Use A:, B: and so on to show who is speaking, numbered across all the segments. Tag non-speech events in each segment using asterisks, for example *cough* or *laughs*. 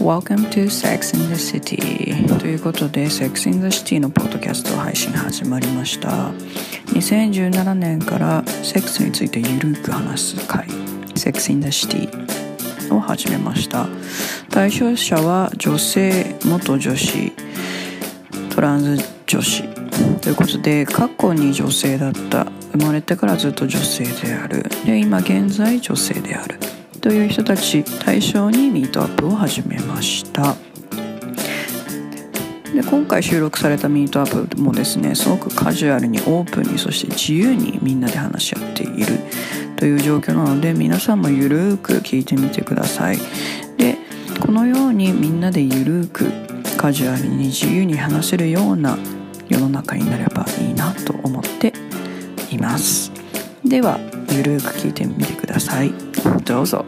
A: Welcome to Sex in the City ということで Sex in the City のポッドキャスト配信始まりました2017年からセックスについてゆるく話す会 Sex in the City を始めました対象者は女性元女子トランス女子ということで過去に女性だった生まれてからずっと女性であるで今現在女性であるという人たち対象にミートアップを始めましたで今回収録されたミートアップもですねすごくカジュアルにオープンにそして自由にみんなで話し合っているという状況なので皆さんもゆるーく聞いてみてくださいでこのようにみんなでゆるーくカジュアルに自由に話せるような世の中になればいいなと思っていますではゆるーく聞いてみてくださいどうぞ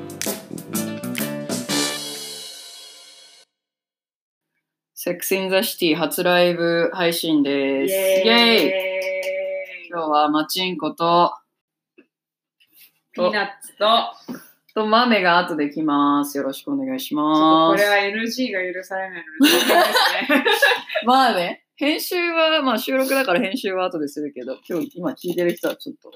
A: セックスインザシティ初ライブ配信
B: イ
A: です
B: エーイ
A: 今日はマチンコと
B: ピーナッツと、
A: と豆が後で来ます。よろしくお願いし
B: ちょっと
A: ま
B: こ
A: す
B: れ。は NG が許されないので、ですね。
A: まあね、編集は、まあ収録だから編集は後でするけど、今日今聞いてる人はちょっと、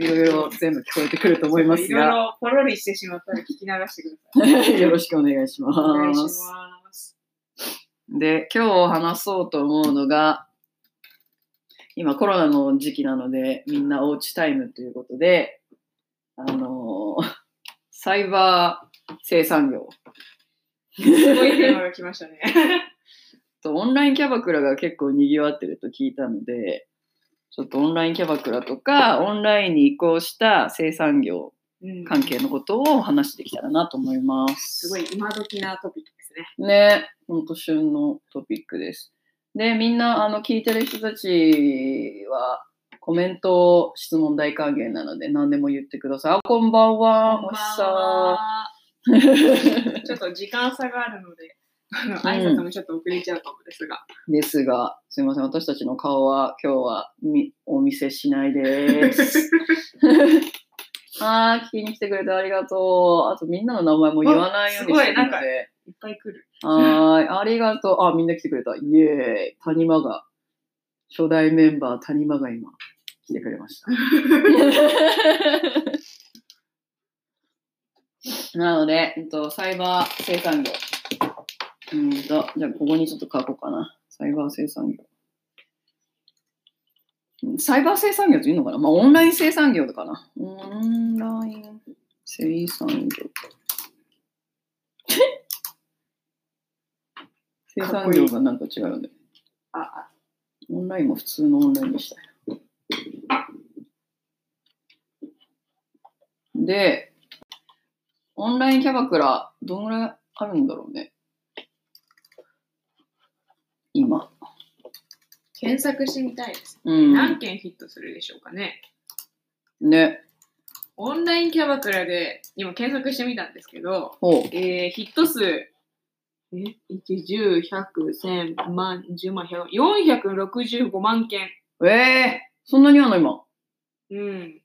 A: いろいろ全部聞こえてくると思います
B: いろい
A: が、
B: ろポロリしてしまったら聞き流してくださ
A: *laughs*
B: い。
A: よろしくお願いします。
B: お願いします。
A: で、今日話そうと思うのが、今コロナの時期なので、みんなおうちタイムということで、あのーサイバー生産業。
B: すごいテーマが来ましたね。
A: と *laughs* オンラインキャバクラが結構にぎわってると聞いたのでちょっとオンラインキャバクラとかオンラインに移行した生産業
B: うん
A: 関係のことを話してきたらなと思います。
B: すごい今時なトピックですね。
A: ね、ほんと旬のトピックです。で、みんなあの聞いてる人たちはコメント、質問大歓迎なので何でも言ってください。あ、こんばんは、おしさ
B: こんばんはちょっと時間差があるので、あの挨拶もちょっと遅れちゃうかもですが、
A: ですが、すいません、私たちの顔は今日はみお見せしない
B: *laughs*
A: です。ああ、聞きに来てくれてありがとう。あとみんなの名前も言わないようにしてるの
B: わすごいなんか
A: で。
B: いっぱい来る。
A: はーい、ありがとう。あ、みんな来てくれた。イエーイ。谷間が。初代メンバー谷間が今、来てくれました。なので、えっと、サイバー生産業。うんと、じゃあここにちょっと書こうかな。サイバー生産業。うんサイバー生産業っていうのかなまあ、オンライン生産業かな。オンライン生
B: *laughs*
A: 産業。生産業がなんか違うよね。
B: ああ、
A: オンラインも普通のオンラインにしたい。で、オンラインキャバクラ、どんぐらいあるんだろうね。今。
B: 検索してみたいです。
A: うん。
B: 何件ヒットするでしょうかね。
A: ね。
B: オンラインキャバクラで今検索してみたんですけど、
A: ほ
B: えー、ヒット数、え ?1、10、100、1000、万、10万、100万、465万件。
A: う。えー、そんなにあんの今。
B: うん。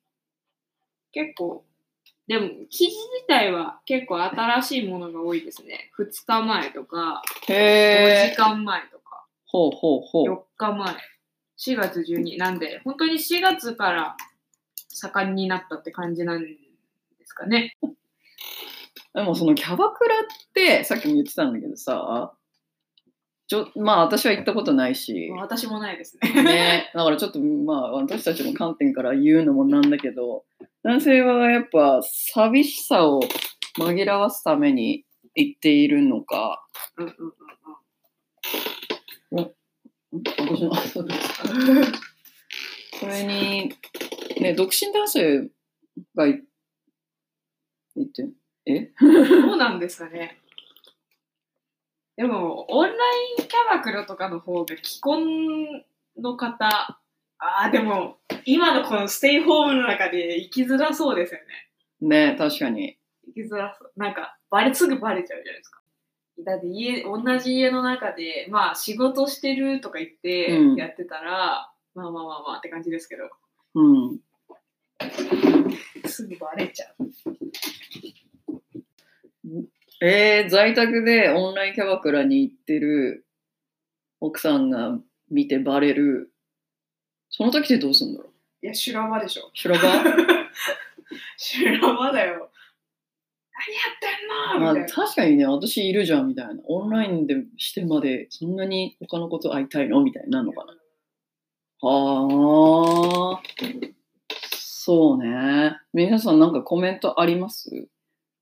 B: 結構、でも、記事自体は結構新しいものが多いですね。2日前とか、5
A: へ
B: 時
A: え。
B: 間前とか、
A: ほうほうほう。
B: 4日前、4月12なんで、本当に4月から盛んになったって感じなんですかね。
A: でもそのキャバクラって、さっきも言ってたんだけどさ、ちょまあ私は行ったことないし、
B: 私もないですね。
A: ね、だからちょっとまあ私たちの観点から言うのもなんだけど男性はやっぱ寂しさを紛らわすために行っているのか
B: うんうんうん
A: ん私のあそうですかそれに、ね、独身男性がい行ってえ
B: どうなんですかね。でも、オンラインキャバクラとかの方が既婚の方、ああ、でも、今のこのステイホームの中で生きづらそうですよね。
A: ね確かに
B: 生きづらそう。なんか、バレ、すぐバレちゃうじゃないですか。だって家、同じ家の中で、まあ仕事してるとか言って
A: うん
B: やってたら、まあまあまあまあって感じですけど、
A: うん
B: すぐバレちゃう。
A: えー、在宅でオンラインキャバクラに行ってる奥さんが見てバレる。その時ってどうすんだろう
B: いや、修羅場でしょ。
A: 修羅場
B: *laughs* 修羅場だよ。何
A: ま
B: や
A: あ
B: ってんのみたいな。
A: 確かにね、私いるじゃんみたいな。オンラインでしてまでそんなに他のこと会いたいのみたいになるのかな。はあ。そうね。皆さんなんかコメントあります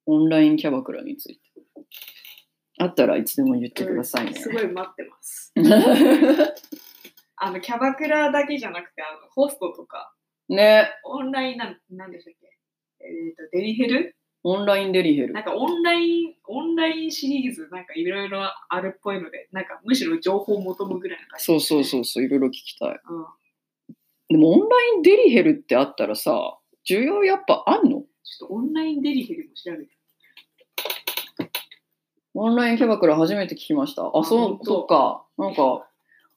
A: オンラインキャバクラについて。あったらいつでも言ってくださいね。
B: すごい待ってます。あの、キャバクラだけじゃなくて、あの、ホストとか、
A: *laughs* ね。
B: オンラインなん、なんでしたっけえっ、と、デリヘル
A: オンラインデリヘル
B: な。んかオンライン、オンラインシリーズ、なんかいろいろあるっぽいので、なんかむしろ情報を求むぐらいな感じ。
A: そうそうそうそう、いろいろ聞きたい。
B: うん。
A: でもオンラインデリヘルってあったらさ、需要やっぱあんの
B: ちょっとオンラインデリヘルも調べ *laughs* て。
A: オンラインキャバクラ初めて聞きました。あ、そ
B: 本
A: う、
B: 当
A: そっか。なんか、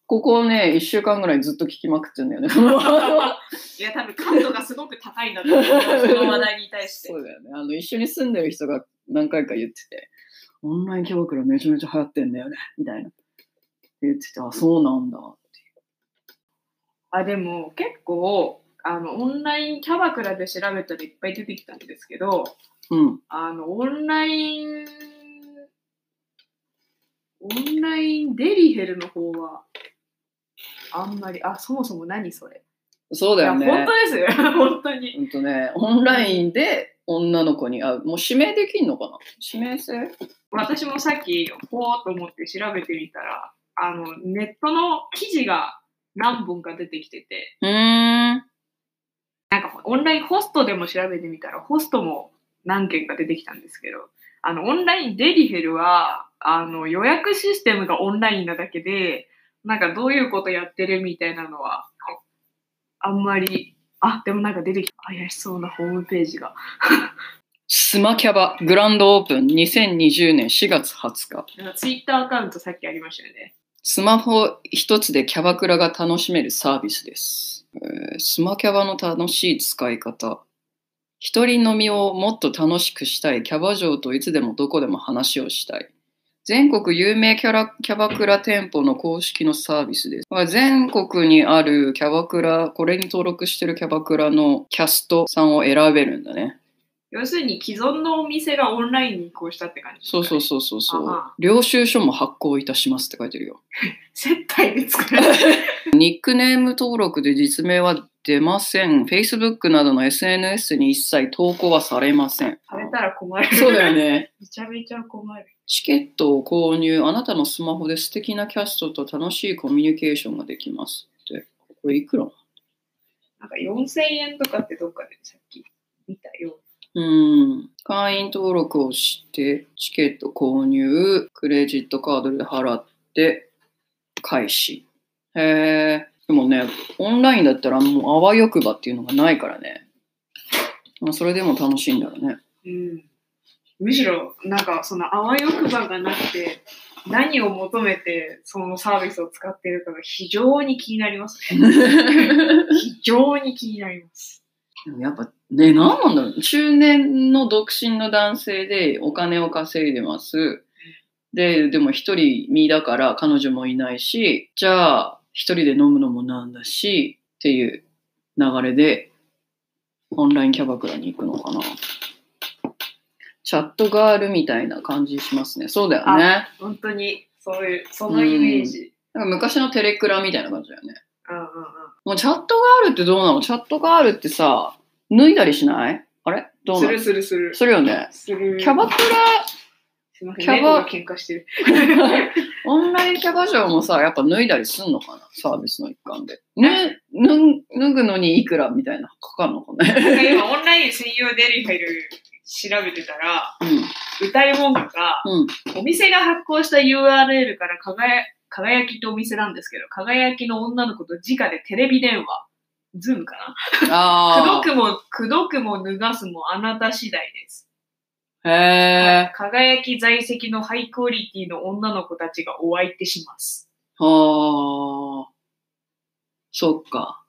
A: ここね、1週間ぐらいずっと聞きまくってんだ
B: *laughs*
A: よね。
B: いや、多分感度がすごく高いんだ *laughs* と思う。その話題に対して。
A: そうだよね。あの、一緒に住んでる人が何回か言ってて、オンラインキャバクラめちゃめちゃ流行ってんだよね、みたいな。って言ってて、あ、そうなんだ。
B: あでも結構あのオンラインキャバクラで調べたらいっぱい出てきたんですけど
A: うん。
B: あのオンラインオンラインデリヘルの方はあんまりあそもそも何それ
A: そうだよね。
B: いや本当です *laughs* 本当に
A: うんとね、オンラインで女の子に会う。もう指名できんのかな指名制
B: 私もさっきほーっと思って調べてみたらあのネットの記事が何本か出てきてて
A: うーん。
B: なんかオンラインホストでも調べてみたら、ホストも何件か出てきたんですけど、あの、オンラインデリヘルは、あの、予約システムがオンラインなだけで、なんかどういうことやってるみたいなのは、あんまり、あ、でもなんか出てきた。怪しそうなホームページが。
A: スマキャバグランドオープン2020年4月20日。
B: なんかツイッターアカウントさっきありましたよね。
A: スマホ一つでキャバクラが楽しめるサービスです。えースマキャバの楽しい使い方。一人飲みをもっと楽しくしたい。キャバ嬢といつでもどこでも話をしたい。全国有名キャラキャバクラ店舗の公式のサービスです。まあ全国にあるキャバクラ、これに登録してるキャバクラのキャストさんを選べるんだね。
B: 要するに既存のお店がオンラインに移行したって感じですか
A: そう
B: ね、
A: そうそうそうそ
B: あ
A: う
B: あ。
A: 領収書も発行いたしますって書いてるよ。
B: 接待で作られてる。
A: ニックネーム登録で実名は出ません。Facebook などの SNS に一切投稿はされません。
B: されたら困る。
A: そうだよ
B: ね。
A: ね。
B: めちゃめちゃ困る。
A: チケットを購入、あなたのスマホで素敵なキャストと楽しいコミュニケーションができます。って、これいくらう
B: なんか4000円とかってどっかでさっき見たよ。
A: ーん。会員登録をして、チケット購入、クレジットカードで払って、開始。へえ。でもね、オンラインだったらもうあわよくばっていうのがないからね。まあ、それでも楽しいんだろうね。
B: うん、むしろなんかそのあわよくばがなくて何を求めてそのサービスを使っているかが非常に気になりますね
A: *laughs*
B: 非常に気になります
A: でもやっぱね、なんなんだろう。中年の独身の男性でお金を稼いでます。で、でも一人身だから彼女もいないし、じゃあ一人で飲むのもなんだし、っていう流れで、オンラインキャバクラに行くのかな。チャットガールみたいな感じしますね。そうだよね。
B: 本当にそういうそのイメージ、
A: なんか昔のテレクラみたいな感じだよね。
B: うんうんうん、
A: もうチャットガールってどうなのチャットガールってさ、脱いだりしないあれどうなの
B: するするする
A: するよね。
B: する
A: キャバクラ、
B: すいません
A: キャバ
B: 猫が喧
A: *laughs*
B: 嘩してる
A: オンラインキャバ嬢もさ、やっぱ脱いだりすんのかなサービスの一環で。ね、脱ぐ脱ぐのにいくらみたいな、かかんのか
B: なん
A: ね。
B: か今オンライン専用デリヘル調べてたら
A: う
B: 歌い文句が
A: ん。うん。
B: お店が発行した URL から輝輝きとお店なんですけど、輝きの女の子と直でテレビ電話、ズームかな
A: あ
B: くどくも、くどくも脱がすもあなた次第です。
A: あ。へえ。
B: 輝き在籍のハイクオリティの女の子たちがお相手します。
A: はあ。そっか。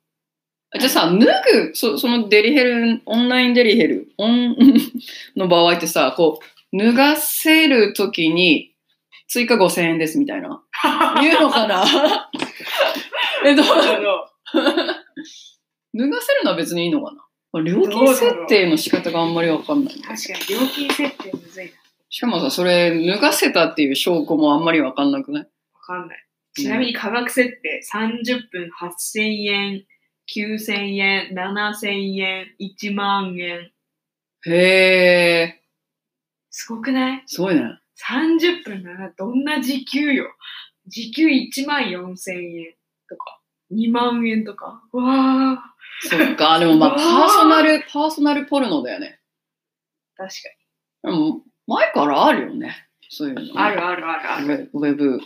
A: じゃあさ、 *laughs* 脱ぐ、そそのデリヘル、オンラインデリヘル、オンの場合ってさ、こう、脱がせるときに、追加5000円ですみたいな。言うのかな *laughs* えっと、
B: あの
A: 脱がせるのは別にいいのかなまあ料金設定の仕方があんまりわかんない。
B: 確かに料金設定むずいな。
A: しかもさ、それ、脱がせたっていう証拠もあんまりわかんなくない
B: わかんない。ちなみに価格設定、30分8000円、9000円、7000円、1万円。
A: へえ、
B: すごくない
A: すごいね。
B: ?30 分ならどんな時給よ。時給1万4000円とか、2万円とか。わー。
A: そっか、でもまあ、
B: *laughs* うわ
A: パ
B: ー
A: ーソナル、パーソナルポルノだよね。
B: 確
A: でも、前からあるよね。そういうのね、
B: かに。あるあるあるあ
A: ウェ
B: る。
A: ウェブ。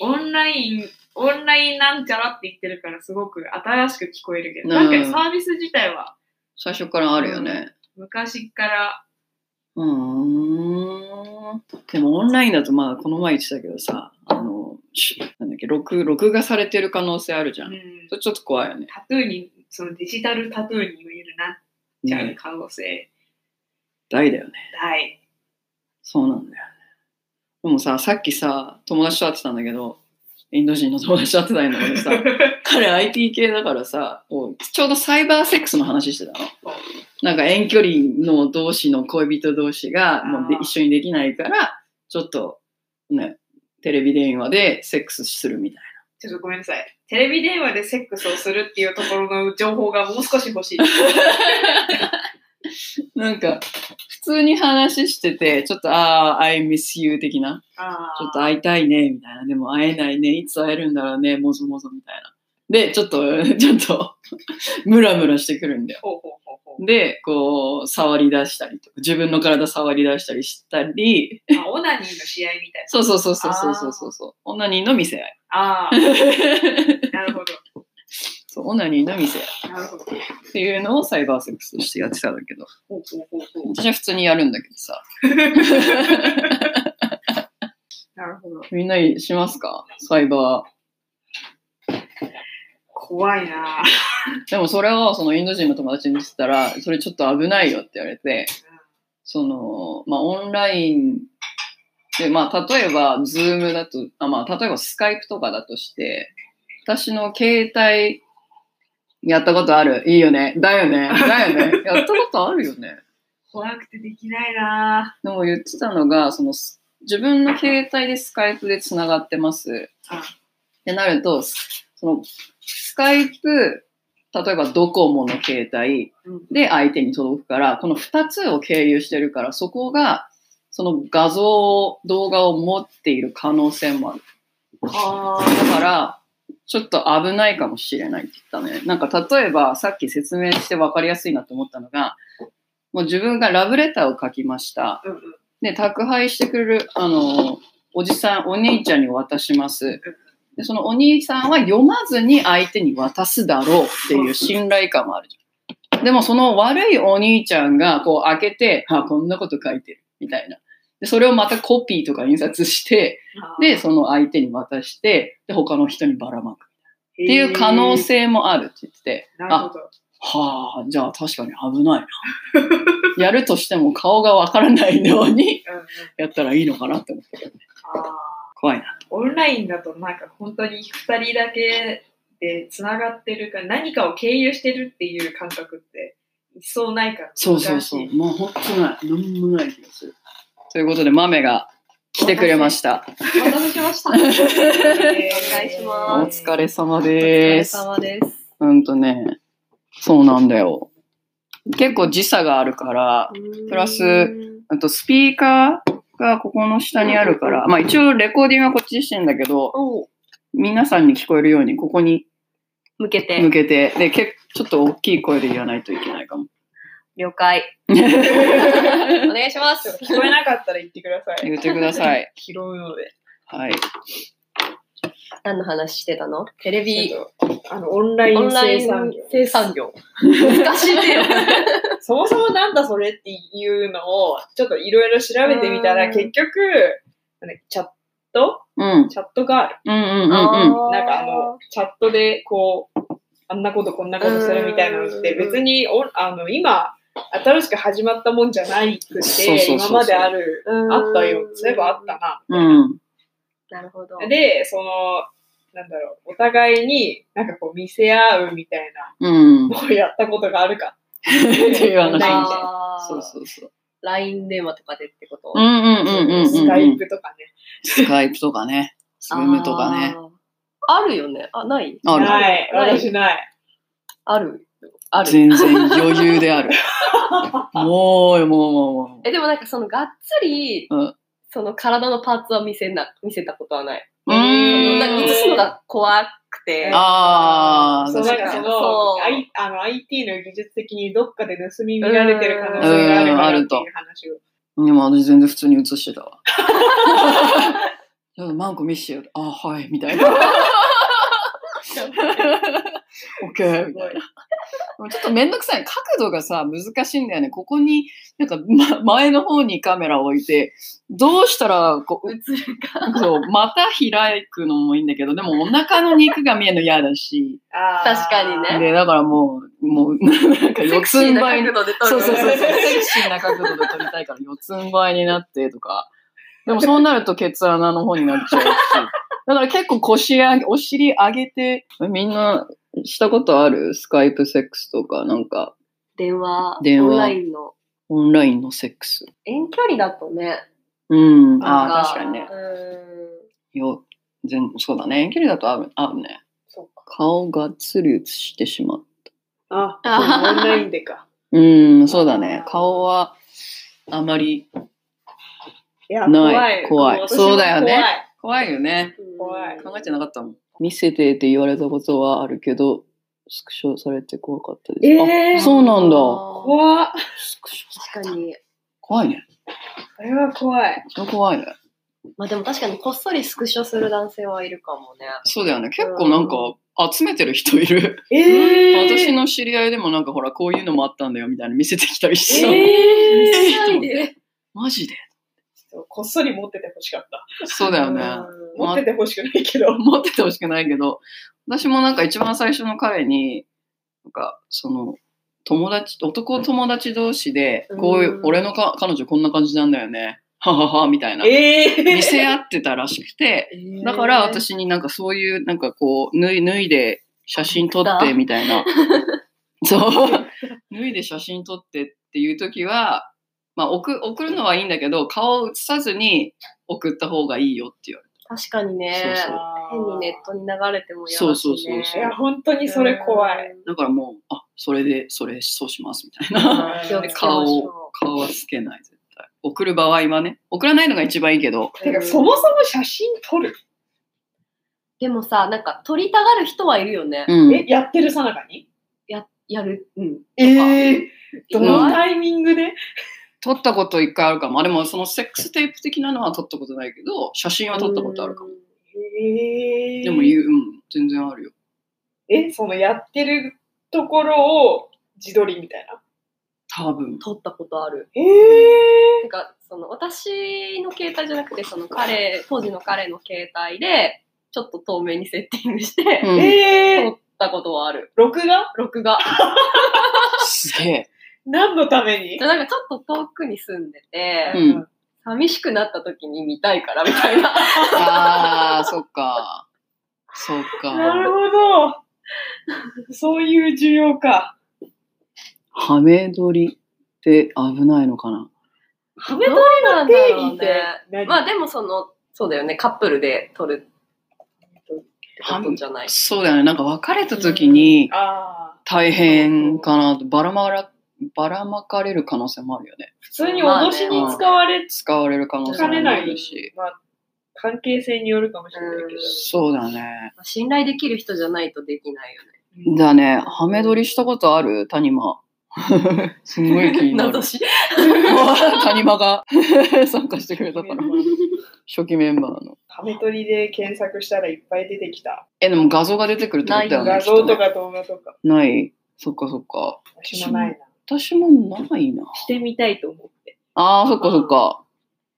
B: オンライン、オンラインなんちゃらって言ってるからすごく新しく聞こえるけど、
A: う
B: なんんかサービス自体は
A: 最初からあるよね。
B: 昔から、
A: うーん。でも、オンラインだと、まあ、この前言ってたけどさ、あの、しなんだっけ、録、録画されてる可能性あるじゃ。
B: うんん
A: それちょっと怖いよね。
B: タトゥーに、そのデジタルタトゥーに見えるなっちゃう可能性
A: 大だよね。
B: *laughs* 大。
A: そうなんだよね。でもさ、さっきさ、友達と会ってたんだけど、インド人の友達と会ってたんだけど
B: *laughs*
A: さ、彼 IT 系だからさ、こうちょうどサイバーセックスの話してたの。なんか遠距離の同士の恋人同士がもうで
B: あー
A: 一緒にできないから、ちょっとね、テレビ電話でセックスするみたい
B: ちょっとごめんなさい。テレビ電話でセックスをするっていうところの情報がもう少し欲しい。
A: な。なんか、普通に話してて、ちょっと、ああ、I miss you 的な。
B: あ
A: ちょっ
B: ー
A: と会いたいね、みたいな。でも会えないね、いつ会えるんだろうね、もぞもぞみたいな。で、ちょっと、 *laughs* ちょっと、ムラムラしてくるんだよ。
B: ほうほうほうほう。
A: で、こう、触り出したりとか、自分の体触り出したりしたり、
B: あ、オナニーの試合みたいな。
A: そうそうそうそうそうそうそうそう、オナニーの見せ合い。
B: ああ、なるほど。
A: *laughs* そう、オナニーの見せ合い
B: なるほど。ほう
A: っていうのをサイバーセックスとしてやってたんだけど、
B: ほうほうほう。
A: 私は普通にやるんだけどさ、
B: なるほど。
A: みんなにしますかサイバ
B: 怖いな
A: ー。でもそれをそのインド人の友達にしたら、それちょっと危ないよって言われて、その、まあ、オンラインで、まあ、例えば、ズームだと、あまあ、例えば、スカイプとかだとして、私の携帯、やったことある。いいよね。だよね。だよね。やったことあるよね。
B: 怖くてできないな
A: でも言ってたのが、その、す自分の携帯でスカイプで繋がってます。
B: うん
A: ってなると、すその、スカイプ、例えばドコモの携帯
B: うん
A: で相手に届くから、この2つを経由してるから、そこが、その画像を、動画を持っている可能性もある。
B: あ
A: だから、ちょっと危ないかもしれないって言ったね。なんか例えば、さっき説明して分かりやすいなと思ったのが、もう自分がラブレターを書きました。
B: うんうん。
A: で、宅配してくれる、あの、おじさん、お兄ちゃんに渡します。で、そのお兄さんは読まずに相手に渡すだろうっていう信頼感もあるじゃん。でもその悪いお兄ちゃんがこう開けて、あ、こんなこと書いてる、みたいな。で、それをまたコピーとか印刷して、
B: あー
A: で、、その相手に渡して、で、他の人にばらまく。
B: って
A: っていう可能。性もあるって言ってて、
B: なるほど。
A: はあ、じゃあ確かに危ないな。やるとしても顔がわからないように
B: うんうん、
A: やったらいいのかなって思ったけどね。
B: ああ。
A: 怖いな。
B: オンラインだとなんか本当に2人だけでつながってるから何かを経由してるっていう感覚って一層ないから
A: そうそうそう。
B: 難し
A: もう本当ない。なんもない気がする。ということで、豆が来てくれました。
B: いお待たせしましたお願いし
A: お
B: ま
C: はい
B: す
A: 疲れ様
C: お疲
A: で
C: れ
A: ーす。
C: 様です。
A: うんとね、そうなんだよ。結構時差があるから、プラスあとスピーカーがここの下にあるから、まあ一応レコーディングはこっちにしてんだけど、皆さんに聞こえるようにここに
C: 向けて
A: 向けて、で、けちょっと大きい声で言わないといけないかも。
C: 了解。
A: *laughs*
C: お願いしま
B: ちょっ
C: す。
B: と聞こえなかったら言ってください
A: 言ってください。
B: 拾うので
A: はい。
C: 何の話してたのテレビ
B: ちょっとあのオンライ
C: オン
B: ン
C: ライ
B: 生
C: ン
B: 産業
C: 生産業。
B: 難しいねそもそもなんだそれっていうのをちょっといろいろ調べてみた
C: う
B: ら
C: ん
B: 結局なんだっけチャット
A: うん。
B: チャットガール
A: うんうんうんうん。
B: なんかあの、チャットでこう、あんなことこんなことするみたいなのって、
C: うん
B: 別におあの、今、新しく始まったもんじゃないく
A: そう
B: て、
A: そうそうそう
B: 今まである、
D: うん
B: あったよ、そういえばあったな。
A: うん。
D: なるほど。
B: で、その、なんだろう、お互いになんかこう見せ合うみたい
A: うん。
B: な、もうやったことがあるか。
A: っていう話
B: ないみたいな
D: あー
A: そうそうそう。
D: LINE 電話とかでってこと
A: うんうんうんうんうんうん。
B: スカイプとかね。
A: スカイプとかね。ズームとかね。。
D: あーあるよね。あ、ない
A: ある。
B: ない。
D: ない
B: 私ない。
D: ある。ある。
A: 全然余裕である。もうよ、もうもうも
D: え、でもなんかそのがっつり、
A: うん
D: その体のパーツは見せな、見せたことはない。
A: う。う
B: うん
D: なんか
A: ーん。
D: 映すのが怖くて。
A: あー
B: そう、
A: 確
B: なん
A: か
B: か
A: に
B: そ
D: そ
B: の、
D: う
B: I- あの IT の技術的にどっかで盗み見られてる可能性がある
A: うん
B: か
A: あ
B: らっ
A: る
B: て
A: と
B: いう話を。
A: でも私全然普通に映してたわ。 *laughs* ちょっとマンコ見してよ。あ、はい、みたいな。 *laughs* オッケーみたいな。でもちょっとめんどくさい。角度がさ、難しいんだよね。ここに、なんか、ま、前の方にカメラを置いて、どうしたら、こう、
D: 映るか。
A: そう、また開くのもいいんだけど、でもお腹の肉が見えるの嫌だし。
B: あー
D: 確かにね
A: で、だからもう、もう、なんか四
D: セクシ
A: つ
D: ー
A: ん
D: な
A: 這いに
D: 角度で撮る。
A: そうそうそうそう。セクシーな角度で撮りたいから四つん這いになってとか。でもそうなるとケツ穴の方になっちゃうし。だから結構腰上げ、お尻上げて、みんなしたことあるスカイプセックスとか、なんか
D: 電話、
A: 電話
D: オンラインの。
A: オンラインのセックス。
D: 遠距離だとね。
A: うん。
D: なん
A: ああ、確かにね。
D: う
A: よ、全、そうだね。遠距離だと合う、合うね。
D: そうか
A: 顔がっつり映してしまう。
B: あ、
D: あ
B: オンライン
A: *laughs*
B: でか。
A: うん、そうだね。顔は、あまり、
B: いや、
A: な
B: 怖
A: い
B: い。
A: 怖い
B: も私も
A: そうだよね怖いよね。
D: ーん
B: 怖い
A: 考えてなかったもん。見せてって言われたことはあるけど、スクショされて怖かったです。あ
B: えー、
A: そうなんだ
D: あ
B: 怖っ。
A: スクショ
D: ー確かに。
A: 怖いね。
B: あれは怖い。
A: それ怖いね。
D: まあでも確かにこっそりスクショする男性はいるかもね。
A: そうだよね。結構なんか、集めてる人いる。
B: えー、
A: 私の知り合いでもなんかほら、こういうのもあったんだよみたいな見せてきたりしてた。
B: えー、
D: ないで。
A: マジで
B: そうこっそり持ってて欲しかった。
A: そうだよね。
B: うん持ってて欲しくないけ
A: *laughs*
B: ど。
A: 持っててほしくないけど、私もなんか一番最初の彼に、なんか、その、友達、男友達同士で、こういう
D: う、ん
A: 俺のか彼女こんな感じなんだよね。ははは、みたいな。
B: え
A: 見せ合ってたらしくて、だから私になんかそういう、なんかこう、脱い、脱いで写真撮ってみたい *laughs* な。そう。脱いで写真撮ってっていう時は、まあ送、送るのはいいんだけど、顔を映さずに送った方がいいよって言われ
D: 確かにね。
A: そうそう
D: 変にネットに流れてもやだし、ね、
A: そうそうそうそう
B: いや、本当にそれ怖い。
D: うん。
A: た。だからもう、あ、それで、それ、そうしますみたい
B: *laughs*
A: な。
D: 気をつけましょ
A: 顔はつけない、絶対。送る場合はね。送らないのが一番いいけど。
D: う。
B: てか、そもそも写真撮る。
D: でもさ、なんか撮りたがる人はいるよね。
A: うん。
B: え、やってるさなかに
D: や、やる。うん。
B: えー、ど
A: う
B: の
A: ん
B: タイミングで
A: 撮ったこと一回あるかも。あれもそのセックステープ的なのは撮ったことないけど、写真は撮ったことあるかも。
B: えー、
A: でも言う、うん、全然あるよ。
B: え、そのやってるところを自撮りみたいな。
A: 多分。
D: 撮ったことある。
B: え
D: なんか、その、私の携帯じゃなくて、その彼、当時の彼の携帯で、ちょっと透明にセッティングして、
A: う
B: ー、
A: ん、
B: えー、
D: 撮ったことはある。
B: 録画
D: 録画。
A: すげえ。
B: 何のために
D: でなんかちょっと遠くに住んでて、
A: うん
D: 寂しくなった時に見たいからみたい
A: *laughs*
D: な。
A: ああ、 *laughs* そっか。そっ
B: *laughs* なる
A: か。
B: ほど。そういう需要か。
A: ハメ撮りって危ないのかな。
D: はめ撮りなんだ
B: 定
D: ろ
B: 義
D: う
B: って
D: ね。
B: 何、
D: まあでもその、そうだよね、カップルで撮るって
A: は
D: ことじゃない。
A: そうだよね。なんか別れた時に
B: ああ、
A: 大変かなと。ばらまら、ばらまかれる可能性もあるよね。
B: 普通に脅しに使われ
A: 使われる可能性
B: か
A: も
B: ね
A: あ
B: ない
A: るし。。
B: まあ、関係性によるかもしれないけど。
A: そうだね。
D: 信頼できる人じゃないとできないよね。
A: だね。ハメ撮りしたことある谷間。 *laughs* すんごい気に
B: *laughs*
A: なる
D: *laughs* 謎。し。
A: *laughs* 谷間が *laughs* 参加してくれた
B: *laughs*
A: から。初期メンバーの。
B: ハメ撮りで検索したらいっぱい出てきた。
A: え、でも画像が出てくるってことだよね。
B: 画
A: き
B: 像
A: っね
B: とか動画とか。
A: ない。そっかそっか。
B: 私もないな。
A: 私もないな。
B: してみたいと思って。
A: ああ、そっかそっか。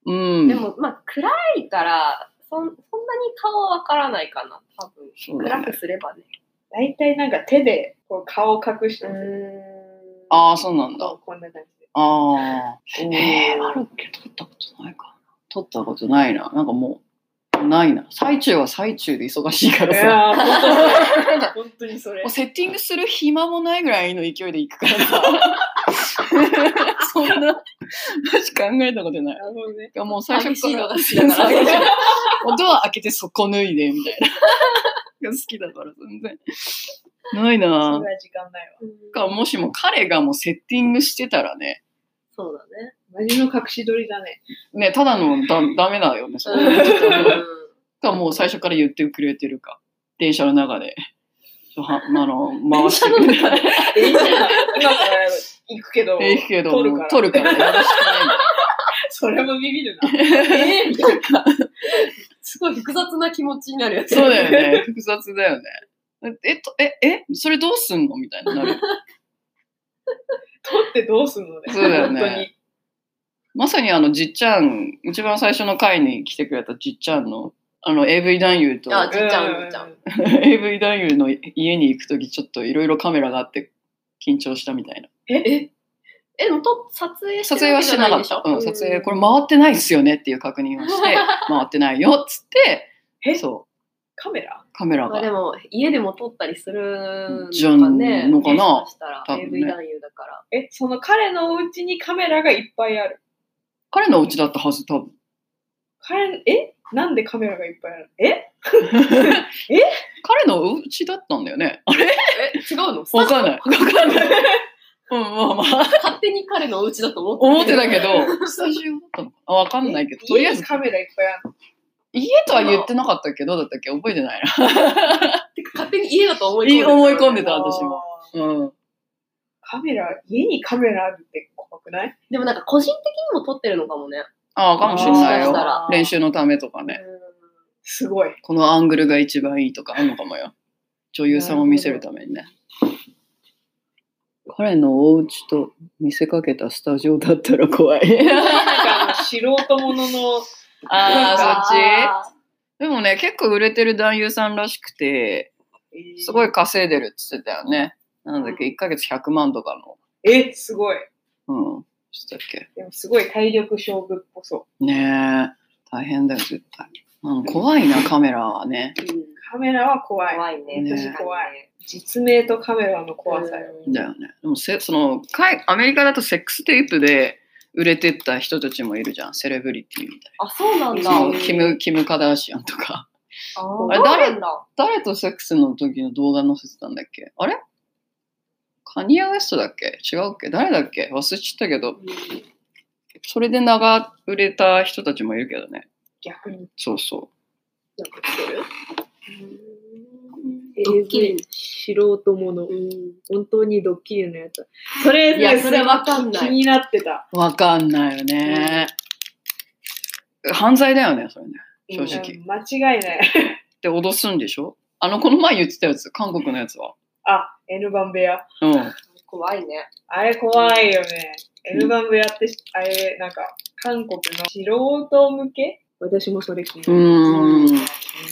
A: うん。
D: でも、まあ暗いから、そんそんなに顔はわからないかな、多分。
A: そうだね
D: 暗くすればね。
B: 大体なんか手でこう顔隠して
D: うーん。
A: ああ、そうなんだ。
B: こんな感じで。
A: ああ。
B: おー
A: えー、マロッケ取ったことないかな。取ったことないな。なんかもう、ないな。最中は最中で忙しいから
B: い
A: さ。
B: やー、本当に、本当にそれ
A: もう。セッティングする暇もないぐらいの勢いで行くから
D: *laughs*
A: さ。そんな、マジ考えたことない。
B: なるほどね。
A: いやもう最初から
D: 寂しいのが好きだから
A: 音は開けてそこ脱いで、みたいな。いや好きだから、全然。ないな
B: そ。れは時間ない
A: か
B: わ。
A: もしも彼がもうセッティングしてたらね、
D: そうだね。
B: マジの隠し撮りだね。
A: ね、ただのダダメだよね、それかもう最初から言ってくれてるか。電車の中で。ちょはあの、回してくれて。
B: え、今から行くけど、
A: ええけど、
B: 撮るから
A: 取るから、よろしくないんだ
B: それもビビるな。
D: ええみたいな。すごい複雑な気持ちになるやつ。
A: そうだよね。複雑だよね。えっと、え、え、それどうすんのみたいになる。
B: 撮ってどうすんのね。
A: そうだよね
B: 本当に。
A: まさにあの、じっちゃん、一番最初の回に来てくれたじっちゃんの、あの、AV 男優と、 *laughs*
D: あじっちゃん
B: う
D: じっちゃん。
A: AV 男優の家に行くとき、ちょっといろいろカメラがあって、緊張したみたいな。
D: え、でもと撮影し
A: 撮
D: てる
A: 影
D: わ
A: は
D: け
A: し
D: じゃ
A: てな
D: な
A: いか
D: で
A: っ
D: しょ
A: た。うん、撮影、これ回ってないっすよねっていう確認をして、 *laughs* 回ってないよっつって、
B: え
A: そ
B: カメラ
A: う、カメラ
D: まあ
A: が
D: で。も、家でも撮ったりする
A: じゃん
D: のかね。
A: のかな
D: もしかしたら、
A: 多分ね
D: AV 男優だから。
B: え、その彼のお家にカメラがいっぱいある。
A: 彼のお家だったはず、多分。
B: 彼、えなんでカメラがいっぱいあるのえ
A: 彼のお家だったんだよね。あれ
D: え、違うの
A: わかんない。 *laughs* わかんない。うん、まあまあ、
D: 勝手に彼のお家だと思って
A: 思ってたけど、スタジオだったのかなわかんないけど、とりあえ
B: 家に
A: ず、
B: カメラいっぱいある
A: 家とは言ってなかったけど、だったっけ覚えてないな。
D: てか勝手に家だと思い込んでた。
A: 思い込んで
B: の
A: た、私も。。
B: あー
A: うん。
B: カメラ、家にカメラあるって怖くない
D: でもなんか個人的にも撮ってるのかもね。
A: ああ、かもしれない
D: もしかした
A: よ。
D: ら
A: 練。習のためとかね。
B: すごい。
A: このアングルが一番いいとかあるのかもよ。女優さんを見せるためにね。 *laughs* 彼のお家と見せかけたスタジオだったら怖 *laughs* い。
B: なんかあの、素人ものの、
A: ああ、そっち
D: っち
A: でもね、結構売れてる男優さんらしくて、すごい稼いでるって言ってたよね。なんだっけ、1ヶ月100万とか
B: え、すごい。
A: の。うん。してたっけ。
B: でもすごい体力勝負っぽそ
A: ねえ。大変だよ、絶対。うん、怖いな、カメラはね。
B: う。カメラは怖い。
D: 怖いね。
A: ね
D: 確かにね
B: 怖実名とカメラの怖さよ。
A: だよね。でもせ、その、海アメリカだとセックステープで売れてった人たちもいるじゃん。セレブリティみたい
D: あ、そうなんだ。
A: な。
B: うん
A: そうキム、キム・カダーシアンとか。
D: あ
A: あれ誰
D: 誰だ
A: 誰とセックスの時の動画載せてたんだっけあれカニア・ウエストだっけ違うっけ誰だっけ忘れちゃったけど、それで長売れた人たちもいるけどね。
B: 逆に。
A: そうそ
D: ドッキリ
B: AV 素人もの。本当にドッキリのやつ。それ、
D: いやそれわかんない
B: 気になってた。
A: う。わかんないよね。犯罪だよね、それね。正直。
B: うん間違いない。
A: で、脅すんでしょあの、この前言ってたやつ、韓国のやつは。
B: あ、N 番部屋。
A: うん。
D: 怖いね。
B: あれ怖いよね。N 番部屋って、あれ、なんか、韓国の素人向け私もそれ気にな
A: う
B: る
A: ーん。
B: 気に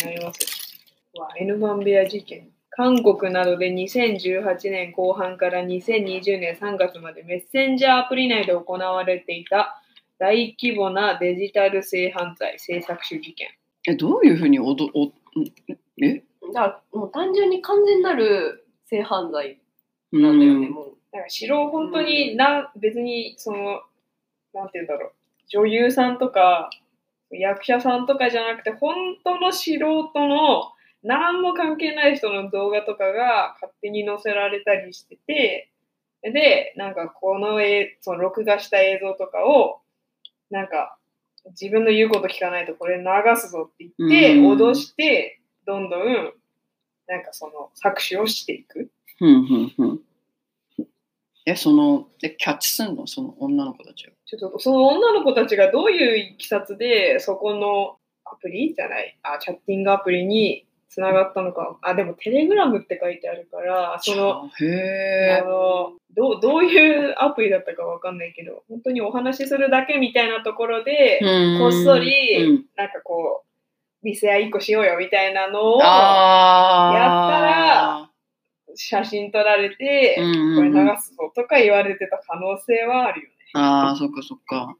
B: なりますよ。わ、N 番部屋事件。韓国などで2018年後半から2020年3月までメッセンジャーアプリ内で行われていた大規模なデジタル性犯罪性搾取事件。
A: え、どういうふうにおど、お、んえ
D: だからもう単純に完全なる性犯罪
A: う
D: なんだよね、
A: ん。
D: もう。
B: なんか白本当にな、別にその、なんて言うんだろう、女優さんとか、役者さんとかじゃなくて、本当の素人の、何も関係ない人の動画とかが勝手に載せられたりしてて、で、なんかこの絵、その録画した映像とかを、なんか自分の言うこと聞かないとこれ流すぞって言って、
A: うん
B: 脅して、どんどん、なんかその搾取をしていく。
A: ふんふんふん。え、その、え、キャッチすんのその女の子たちを。
B: ちょっとその女の子たちがどういういきさつで、そこのアプリじゃない、あ、チャッティングアプリにつながったのか。あ、でもテレグラムって書いてあるから、その、
A: へ
B: あ
A: え。
B: のどうどういうアプリだったかわかんないけど、本当にお話しするだけみたいなところで、
A: こ
B: こっそり
A: うん、
B: なんかこう、見せ合いっ個しようよみたいなのを、
A: ああ。
B: やったら写真撮られて、
A: うん
B: これ
A: うんうん
B: 流すぞとか言われてた可能性はあるよね。
A: ああ、そっかそっか。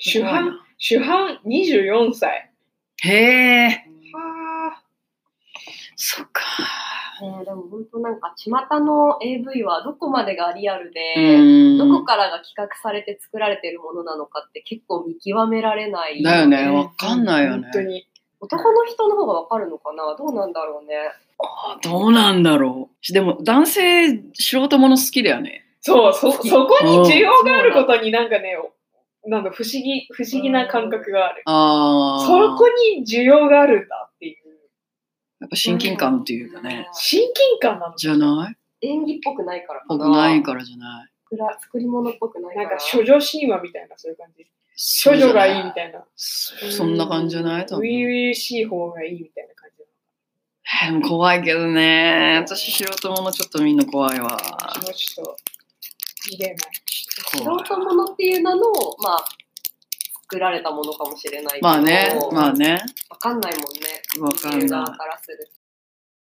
B: 主犯、主犯24歳。
A: へえ、
B: はあ、
A: そっか。
D: ねえでも本当なんか巷の AV はどこまでがリアル
A: う
D: で、
A: ん。
D: どこからが企画されて作られてるものなのかって結構見極められない。
A: だよね、わかんないよね
B: 本。当に。
D: 男の人の方がわかるのかなどうなんだろうね。
A: あどうなんだろう。でも、男性、素人もの好きだよね。
B: そう、そ、そこに需要があることになんかね、なんだ、不思議、不思議な感覚がある。
A: ああ。
B: そこに需要があるんだっていう。
A: やっぱ親近感っていうかね。
B: 親近感なの。
A: じゃない
D: 演技っぽくないからか
A: 僕
D: な。
A: ないからじゃない。
D: 作ら作り物っぽくないか
B: な
D: ら。
B: んか処女神話みたいな、そういう感じ。
A: 少
B: 処女がいいみたいな。
A: そそんな感じじゃない多
B: 初
A: 分
B: 々しい方がいいみたいな感
A: え
B: じ。
A: ーでも怖いけどね。私、素人ものちょっと見んの怖いわ。
B: 私もちょっと、見れない。
A: 怖い
D: 素人ものっていう名の、まあ、作られたものかもしれないけど。
A: まあね、まあね。
D: わかんないもんね。
A: わかんない
D: ユーザーからする